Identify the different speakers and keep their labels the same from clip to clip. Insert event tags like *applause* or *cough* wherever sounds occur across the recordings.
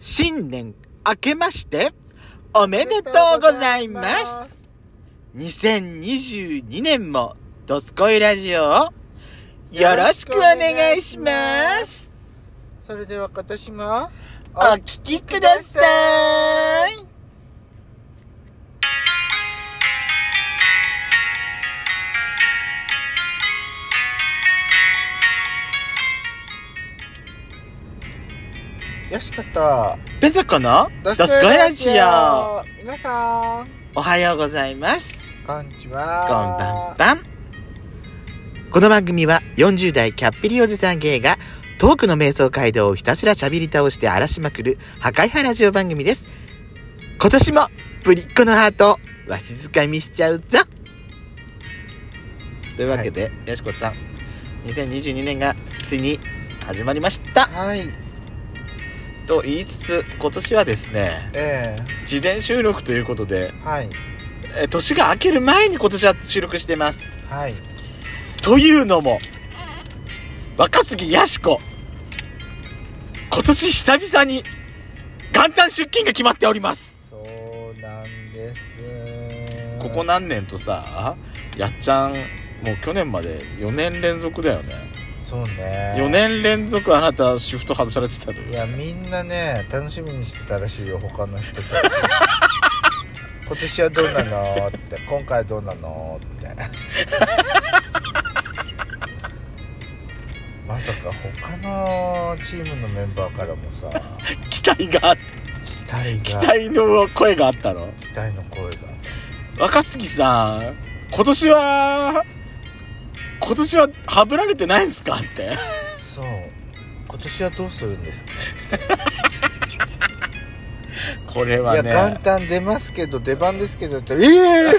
Speaker 1: 新年明けましておめでとうございます。2022年もドスコイラジオをよろしくお願いします。
Speaker 2: それでは今年も
Speaker 1: お聞きください。
Speaker 2: よしこと
Speaker 1: ペソコのドスコイラジオ。
Speaker 2: 皆さん
Speaker 1: おはようございます。
Speaker 2: こんにち
Speaker 1: こんば
Speaker 2: は
Speaker 1: んばん。この番組は40代キャッピリおじさん芸がトークの瞑想街道をひたすら喋り倒して荒らしまくる破壊派ラジオ番組です。今年もぶりっ子のハートをわしづかみしちゃうぞというわけで、よしこさん、2022年がついに始まりました
Speaker 2: はい
Speaker 1: と言いつつ、今年はですね、
Speaker 2: え
Speaker 1: 事前収録ということで、
Speaker 2: ー、はい
Speaker 1: え年が明ける前に今年は収録してます。
Speaker 2: はい
Speaker 1: というのも若杉やしこ今年久々に元旦出勤が決まっております
Speaker 2: そうなんです
Speaker 1: ここ何年とさやっちゃんもう去年まで4年連続だよね
Speaker 2: そうね
Speaker 1: 4年連続あなたシフト外されてたの
Speaker 2: いやみんなね楽しみにしてたらしいよ他の
Speaker 1: *laughs*
Speaker 2: 人たち今年はどうなのって今回どうなのって *laughs* まさか他のチームのメンバーからもさ
Speaker 1: 期待が
Speaker 2: 期待
Speaker 1: *laughs*
Speaker 2: が
Speaker 1: 期待の声があったの
Speaker 2: 期待の声が
Speaker 1: 若杉さん今年は今年ははぶられてないんすかって
Speaker 2: そう今年はどうするんですか、
Speaker 1: これはい
Speaker 2: や元
Speaker 1: ね
Speaker 2: 旦出ますけど出番ですけどってええ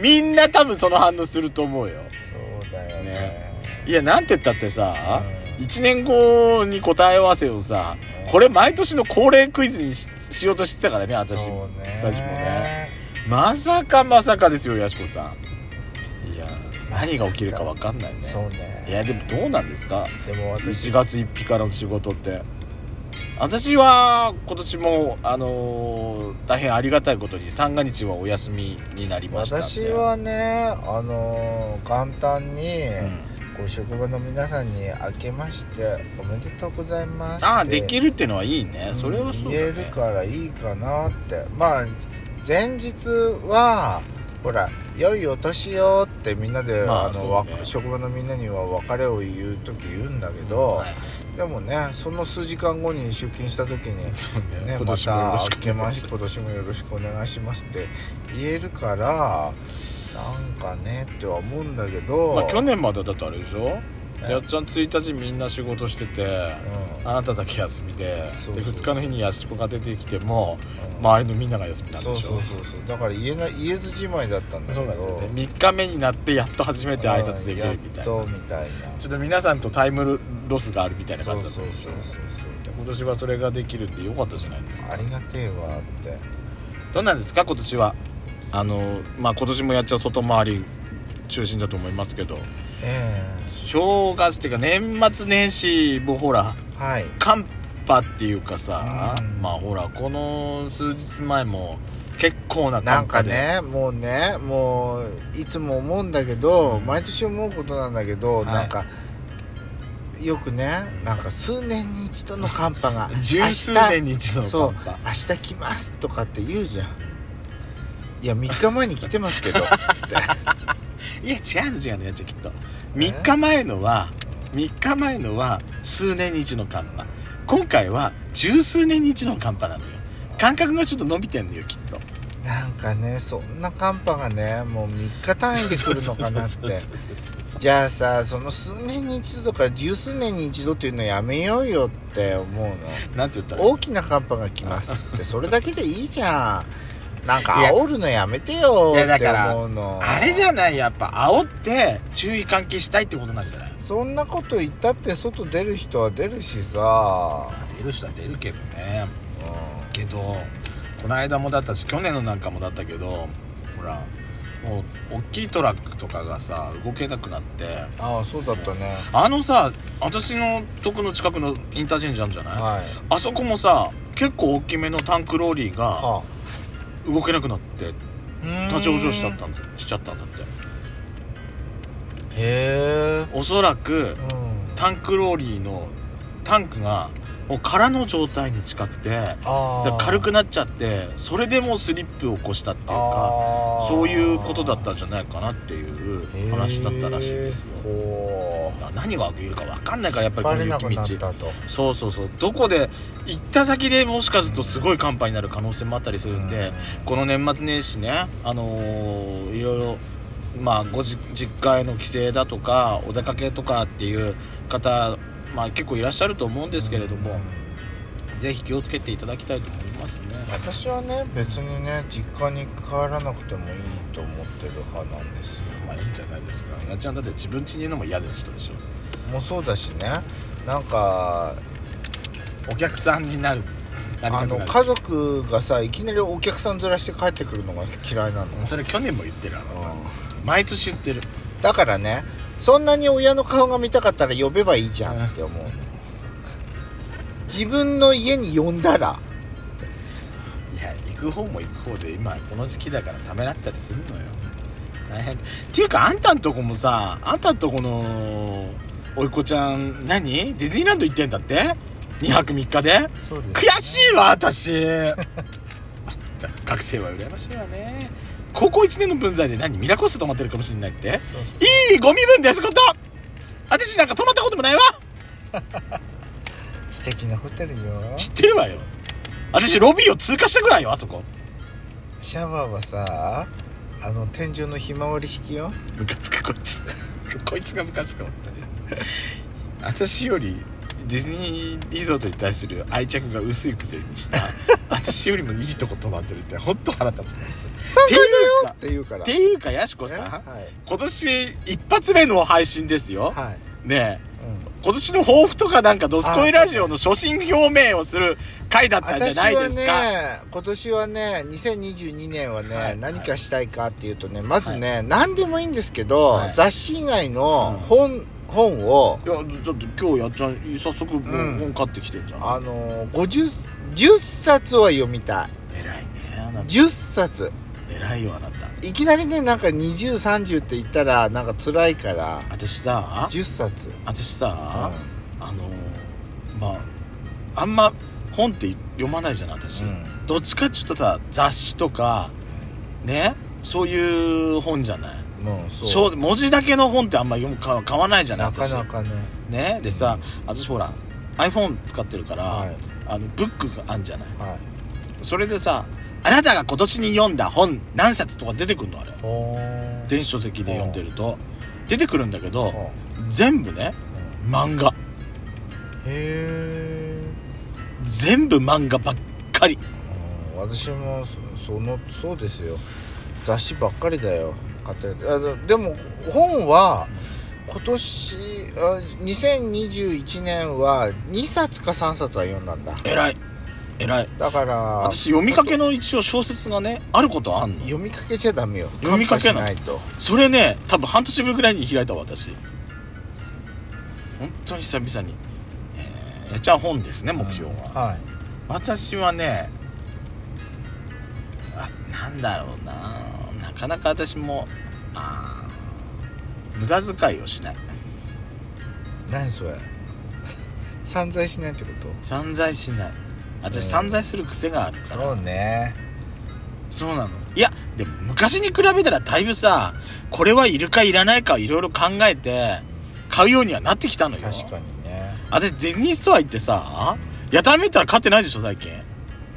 Speaker 1: みんな多分その反応すると思うよ
Speaker 2: そうだよね
Speaker 1: ねいや、なんて言ったってさ、
Speaker 2: うん
Speaker 1: 1年後に答え合わせをさ、これ毎年の恒例クイズにししようとしてたからね、私。
Speaker 2: そうね
Speaker 1: たちもねまさかまさかですよ、やしこさん。いや、何が起きるかわかんないね。
Speaker 2: そうね
Speaker 1: いや、でもどうなんですか
Speaker 2: でも私
Speaker 1: ?1 月1日からの仕事って。私は今年も、あのー大変ありがたいことに三が日はお休みになりましたんで
Speaker 2: 私、はねあのー元旦に、
Speaker 1: うん
Speaker 2: こう職場の皆さんに「明けましておめでとうございます」
Speaker 1: ああでき
Speaker 2: る
Speaker 1: るってのはいいねそれはそうだ、ね、
Speaker 2: 言えるからいいかなってまあ前日はほら「良いお年を」ってみんなで、
Speaker 1: まあ
Speaker 2: あ
Speaker 1: そ
Speaker 2: の
Speaker 1: う
Speaker 2: わ
Speaker 1: ね
Speaker 2: 職場のみんなには別れを言う時言うんだけど、
Speaker 1: はい
Speaker 2: でもねその数時間後に出勤した時に
Speaker 1: そうね
Speaker 2: ね、
Speaker 1: 今
Speaker 2: ま
Speaker 1: 年もよ
Speaker 2: た
Speaker 1: ろしく
Speaker 2: 明けまして今年もよろしくお願いしますって言えるからなんかねっては思うんだけど、
Speaker 1: まあ、去年までだってあれでしょやっちゃん1日みんな仕事してて
Speaker 2: うん
Speaker 1: あなただけ休みで
Speaker 2: そう
Speaker 1: で
Speaker 2: そう
Speaker 1: 2日の日にやしこが出てきても
Speaker 2: うん
Speaker 1: 周りのみんなが休みなん
Speaker 2: そ
Speaker 1: で
Speaker 2: う
Speaker 1: しょ
Speaker 2: そうそうそうだから言えない言えずじまいだったんだけ
Speaker 1: そ
Speaker 2: ど
Speaker 1: うなんだよね3日目になってやっと初めて挨拶できるみたいなち
Speaker 2: うん
Speaker 1: ょ
Speaker 2: やっとみたいな
Speaker 1: っと皆さんとタイムロスがあるみたいな
Speaker 2: そ
Speaker 1: 感
Speaker 2: う
Speaker 1: じだった
Speaker 2: そう
Speaker 1: でし
Speaker 2: そ
Speaker 1: ょ
Speaker 2: うそうそう
Speaker 1: 今年はそれができるってよかったじゃないですか
Speaker 2: ありがてえわって
Speaker 1: どうなんですか今年はあのまあ今年もやっちゃう外回り中心だと思いますけど
Speaker 2: え
Speaker 1: 正月っていうか年末年始もほら
Speaker 2: えはい
Speaker 1: 寒波っていうかさ、
Speaker 2: うん
Speaker 1: まあほらこの数日前も結構な
Speaker 2: な
Speaker 1: 寒
Speaker 2: んか
Speaker 1: 波で
Speaker 2: ねもうねもういつも思うんだけど、毎年思うことなんだけど、
Speaker 1: はい
Speaker 2: なんかよくねなんか数年に一度の寒波が
Speaker 1: *laughs* 十数年に一度
Speaker 2: 明日そ
Speaker 1: の
Speaker 2: う
Speaker 1: 寒波
Speaker 2: 明日来ますとかって言うじゃんいや3日前に来てます
Speaker 1: *laughs*
Speaker 2: けどって
Speaker 1: いや違うの違うのやっちゃうきっと
Speaker 2: え
Speaker 1: 3日前のは3日前のは数年に一度の寒波今回は十数年に一度の寒波なのよ感覚がちょっと伸びてんのよきっと
Speaker 2: なんかねそんな寒波がねもう3日単位で来るのかなっ
Speaker 1: そう
Speaker 2: て
Speaker 1: そうそうそうそう
Speaker 2: じゃあさその数年に一度とか十数年に一度っていうのやめようよって思うの
Speaker 1: なんて言ったらいい
Speaker 2: 大きな寒波が来
Speaker 1: *laughs*
Speaker 2: ますってそれだけでいいじゃんなんか
Speaker 1: いや
Speaker 2: 煽るのやめてよ
Speaker 1: いや
Speaker 2: っ
Speaker 1: だ
Speaker 2: て
Speaker 1: から
Speaker 2: 思うの
Speaker 1: あれじゃないやっぱ煽って注意喚起したいってことなんじゃない
Speaker 2: そんなこと言ったって外出る人は出るしさ、
Speaker 1: 出る人は出るけどね
Speaker 2: う
Speaker 1: けどこの間もだったし去年のなんかもだったけどほらもう大きいトラックとかがさ動けなくなって
Speaker 2: ああそうだったね
Speaker 1: あのさ私のとこの近くのインターチェンジあるんじゃない、
Speaker 2: はい
Speaker 1: あそこもさ結構大きめのタンクローリーが
Speaker 2: は
Speaker 1: 動けなくなって
Speaker 2: あ
Speaker 1: 立ち往生しちゃっ
Speaker 2: へ
Speaker 1: たんだしちゃったんだって
Speaker 2: え
Speaker 1: おそらく
Speaker 2: うん
Speaker 1: タンクローリーのタンクがもう空の状態に近くてだか
Speaker 2: あ
Speaker 1: ら
Speaker 2: あ
Speaker 1: 軽くなっちゃってそれでもうスリップを起こしたっていうか
Speaker 2: ああ
Speaker 1: そういうことだったんじゃないかなっていう話だったらしいですよ
Speaker 2: へえほ
Speaker 1: だから何が起きるか分かんないからやっぱ
Speaker 2: う
Speaker 1: りこ
Speaker 2: バ
Speaker 1: の
Speaker 2: レなくなっ
Speaker 1: 雪道
Speaker 2: たと
Speaker 1: そうそうそうどこで行った先でもしかするとすごい寒波になる可能性もあったりするんで、この年末年始ねあのーいろいろまあごじ実家への帰省だとかお出かけとかっていう方、まあ、結構いらっしゃると思うんですけれども、ぜひ気をつけていただきたいと思いますね
Speaker 2: 私はね別にね実家に帰らなくてもいいと思ってる派なんですよ
Speaker 1: まあいいんじゃないですかやっちゃんだって自分家にいるのも嫌な人でしょ
Speaker 2: もうそうだしねなんか
Speaker 1: お客さんになるなりた
Speaker 2: あ
Speaker 1: くな
Speaker 2: の
Speaker 1: る
Speaker 2: 家族がさいきなりお客さんずらして帰ってくるのが嫌いなの、
Speaker 1: それ去年も言ってるあの
Speaker 2: う
Speaker 1: 毎年言ってる
Speaker 2: んだからねそんなに親の顔が見たかったら呼べばいいじゃんって思うの自分の家に呼んだら
Speaker 1: いや行く方も行く方で今この時期だからためらったりするのよ大変っていうかあんたんとこもさあんたんとこのおいこちゃん何ディズニーランド行ってんだって2泊3日で
Speaker 2: そう
Speaker 1: 悔しいわ私 *laughs* あんた学生は羨ましいわね高校1年の分際で何ミラコスタ泊まってるかもしれないっていいご身分ですこと私なんか泊まったこともないわ
Speaker 2: 素敵なホテルよ
Speaker 1: 知ってるわよ私ロビーを通過したぐらいよあそこ
Speaker 2: シャワーはさあの天井のひまわり式よ
Speaker 1: ムカつくこいつ *laughs* こいつがムカつく本当に私よりディズニーリゾートに対する愛着が薄いくせにした私よりもいいとこ泊まってるって本当腹立つっ
Speaker 2: 3階だよって言うから
Speaker 1: ていうかやしこ
Speaker 2: え
Speaker 1: さん
Speaker 2: はい
Speaker 1: 今年一発目の配信ですよ
Speaker 2: はい、
Speaker 1: ねえ
Speaker 2: うん
Speaker 1: 今年の抱負とかなんか「ドスコイラジオ」の初心表明をする回だったんじゃ
Speaker 2: 私
Speaker 1: ない
Speaker 2: は
Speaker 1: ですか、
Speaker 2: ね今年はね2022年はね、
Speaker 1: はい
Speaker 2: 何かしたいかっていうとねまずね、何でもいいんですけど、
Speaker 1: はい
Speaker 2: 雑誌以外
Speaker 1: う
Speaker 2: の
Speaker 1: ん
Speaker 2: 本,、本を
Speaker 1: いやちょっと今日やっちゃん早速も
Speaker 2: うん
Speaker 1: う本買ってきてんじゃん、
Speaker 2: あのー50 10冊は読みた
Speaker 1: 偉いねあない
Speaker 2: 10冊
Speaker 1: た偉いよあなた
Speaker 2: いきなりねなんか2030って言ったらなんか辛いから
Speaker 1: 私さ
Speaker 2: 10冊
Speaker 1: 私さ、あのまああんま本って読まないじゃない私、
Speaker 2: うん
Speaker 1: どっちかっていうとさ雑誌とかねそういう本じゃない
Speaker 2: もうそ
Speaker 1: 小
Speaker 2: う
Speaker 1: 文字だけの本ってあんま読むか買わないじゃない
Speaker 2: なか
Speaker 1: 私
Speaker 2: なかね
Speaker 1: ねでさ私ほら iPhone 使ってるから、
Speaker 2: はい
Speaker 1: あのブックがあんじゃない
Speaker 2: はい
Speaker 1: それでさあなたが今年に読んだ本何冊とか出てくるのあれ
Speaker 2: ほー
Speaker 1: 電子書籍で読んでると出てくるんだけど
Speaker 2: ほ
Speaker 1: 全部ね
Speaker 2: ーう
Speaker 1: 漫
Speaker 2: ん
Speaker 1: 画
Speaker 2: へえ
Speaker 1: 全部漫画ばっかり
Speaker 2: うん私もそそのそうですよ雑誌ばっかりだよ買ってあのでも本は今年あ2021年は2冊か3冊は読んだんだ
Speaker 1: 偉い偉い
Speaker 2: だから
Speaker 1: 私読みかけの一応小説がねあることあんの
Speaker 2: 読みかけちゃダメよ
Speaker 1: 読みかけ
Speaker 2: カッパ
Speaker 1: な
Speaker 2: しないと
Speaker 1: それね多分半年ぶりぐらいに開いたわ私本当に久々にえーやっちゃん本ですね目標は、
Speaker 2: はい
Speaker 1: 私はねあなんだろうななかなか私もあー無駄遣いをしない
Speaker 2: 何それ散財しないってこと
Speaker 1: 散財しない私
Speaker 2: うん
Speaker 1: 散財する癖があるから
Speaker 2: そうね
Speaker 1: そうなのいやでも昔に比べたらだいぶさこれはいるかいらないかいろいろ考えて買うようにはなってきたのよ
Speaker 2: 確かにね
Speaker 1: 私ディズニーストア行ってさやたらめったら買ってないでしょ最近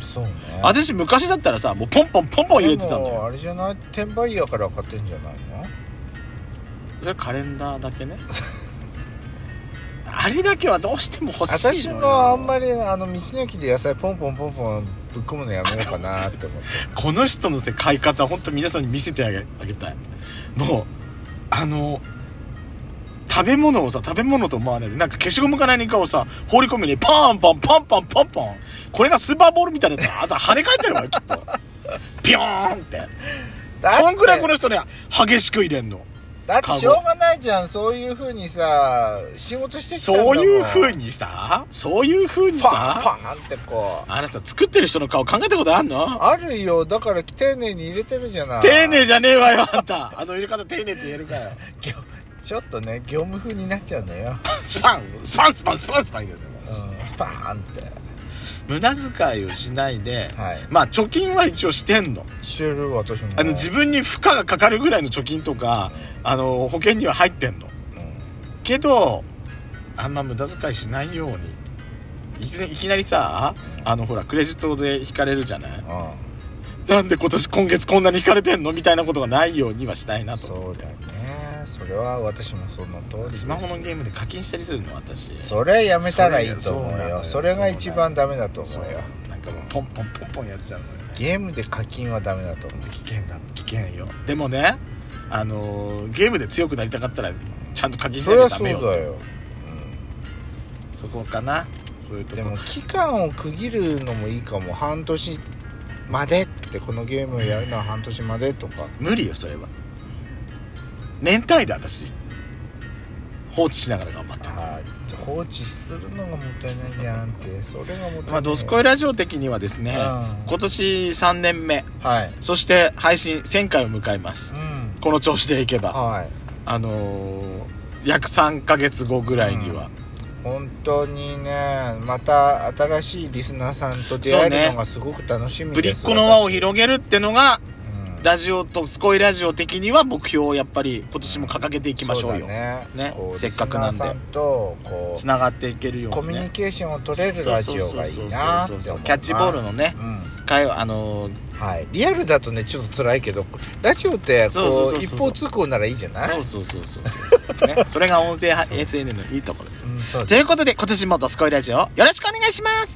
Speaker 2: そうね
Speaker 1: 私昔だったらさもうポンポンポンポン入れてたの
Speaker 2: でも
Speaker 1: よ
Speaker 2: あれじゃない転売ヤーから買ってんじゃないの
Speaker 1: それカレンダーだけねあれだけはどうしても欲しいのよ
Speaker 2: 私もあんまりあの道の駅で野菜ポンポンポンポンぶっ込むのやめようかなって思って
Speaker 1: この人のせ買い方本当皆さんに見せてあげあげたいもうあの食べ物をさ食べ物と思わないでなんか消しゴムか何かをさ放り込むようにパンパンパンパンパンパンこれがスーパーボールみたいなやつあと跳ね返ってるわよきっとピョーンって
Speaker 2: だって
Speaker 1: そんくらいこの人ね激しく入れんの
Speaker 2: だってしょうがないじゃんそういうふうにさ仕事してきたんだも
Speaker 1: そ
Speaker 2: ん
Speaker 1: ういう風
Speaker 2: に
Speaker 1: にさそういう風に
Speaker 2: パン
Speaker 1: さ
Speaker 2: パンってこう
Speaker 1: あなた作ってる人の顔考えたことあんの
Speaker 2: あるよだから丁寧に入れてるじゃない
Speaker 1: 丁寧じゃねえわよあんたあの入れ方丁寧って言えるかよ
Speaker 2: ぎょちょっとね業務風になっちゃうのよ、
Speaker 1: スパンスパンスパンスパンスパン言うの
Speaker 2: うん、パーンって
Speaker 1: 無駄遣いをしないで、
Speaker 2: はい
Speaker 1: まあ貯金は一応してんの
Speaker 2: してる私も
Speaker 1: あの自分に負荷がかかるぐらいの貯金とかあの保険には入ってんのけどあんま無駄遣いしないようにいきないきなりさあのほらクレジットで引かれるじゃない
Speaker 2: うん、うん、
Speaker 1: なんで今年今月こんなに引かれてんのみたいなことがないようにはしたいなと
Speaker 2: そうだねそれは私もその通りです
Speaker 1: スマホのゲームで課金したりするの私
Speaker 2: それやめたらいいと思う
Speaker 1: それ
Speaker 2: よ
Speaker 1: そ
Speaker 2: そう
Speaker 1: なのよ
Speaker 2: れが一番ダメだと思
Speaker 1: そう
Speaker 2: うよ
Speaker 1: なんかもうポンポンポンポンやっちゃうのよね
Speaker 2: ゲームで課金はダメだと思う
Speaker 1: 危険だ危険よでもねあのーゲームで強くなりたかったらちゃんと課金し
Speaker 2: そ
Speaker 1: なきゃ
Speaker 2: れは
Speaker 1: ダ
Speaker 2: そう
Speaker 1: メ
Speaker 2: だ
Speaker 1: よ
Speaker 2: よ、
Speaker 1: そこかなそういう
Speaker 2: う
Speaker 1: とこ
Speaker 2: ん、でも期間を区切るのもいいかも半年までってこのゲームをやるのは半年までとか
Speaker 1: 無理よそれは年単位で私放置しながら頑張ってる
Speaker 2: あー放置するのがもったいないじゃんってそれがもったいない
Speaker 1: まあ「ドスコイラジオ」的にはですね
Speaker 2: うん
Speaker 1: 今年3年目
Speaker 2: はい
Speaker 1: そして配信1000回を迎えます
Speaker 2: うん
Speaker 1: この調子でいけば
Speaker 2: はい
Speaker 1: あのー約3ヶ月後ぐらいには、
Speaker 2: 本当にねまた新しいリスナーさんと出会え
Speaker 1: そう
Speaker 2: る
Speaker 1: ね
Speaker 2: のがすごく楽しみ
Speaker 1: ぶり
Speaker 2: で
Speaker 1: っ
Speaker 2: す
Speaker 1: 子の輪を
Speaker 2: 私
Speaker 1: 広げるってのが
Speaker 2: うん
Speaker 1: ラジオと「すこいラジオ」的には目標をやっぱり今年も掲げていきましょう
Speaker 2: そ
Speaker 1: よ
Speaker 2: だね
Speaker 1: ね
Speaker 2: こう
Speaker 1: せっかくなんで
Speaker 2: リスナーさんとこう
Speaker 1: つながっていけるよ
Speaker 2: コ
Speaker 1: うに
Speaker 2: ミュニ
Speaker 1: ね
Speaker 2: ケーションを取れるラジオがいいなって思います
Speaker 1: キャッチボールのね
Speaker 2: うん
Speaker 1: 会話あのー
Speaker 2: はい、リアルだとねちょっと辛いけどラジオっ
Speaker 1: そ
Speaker 2: て
Speaker 1: うそう
Speaker 2: こ
Speaker 1: そう
Speaker 2: う
Speaker 1: そう
Speaker 2: 一方通行ならいいじゃない
Speaker 1: そうそうそうそうそう、ね、それが音声は SN のいいところです
Speaker 2: うんそう
Speaker 1: ということで今年も「ドスコイラジオ」よろしくお願いします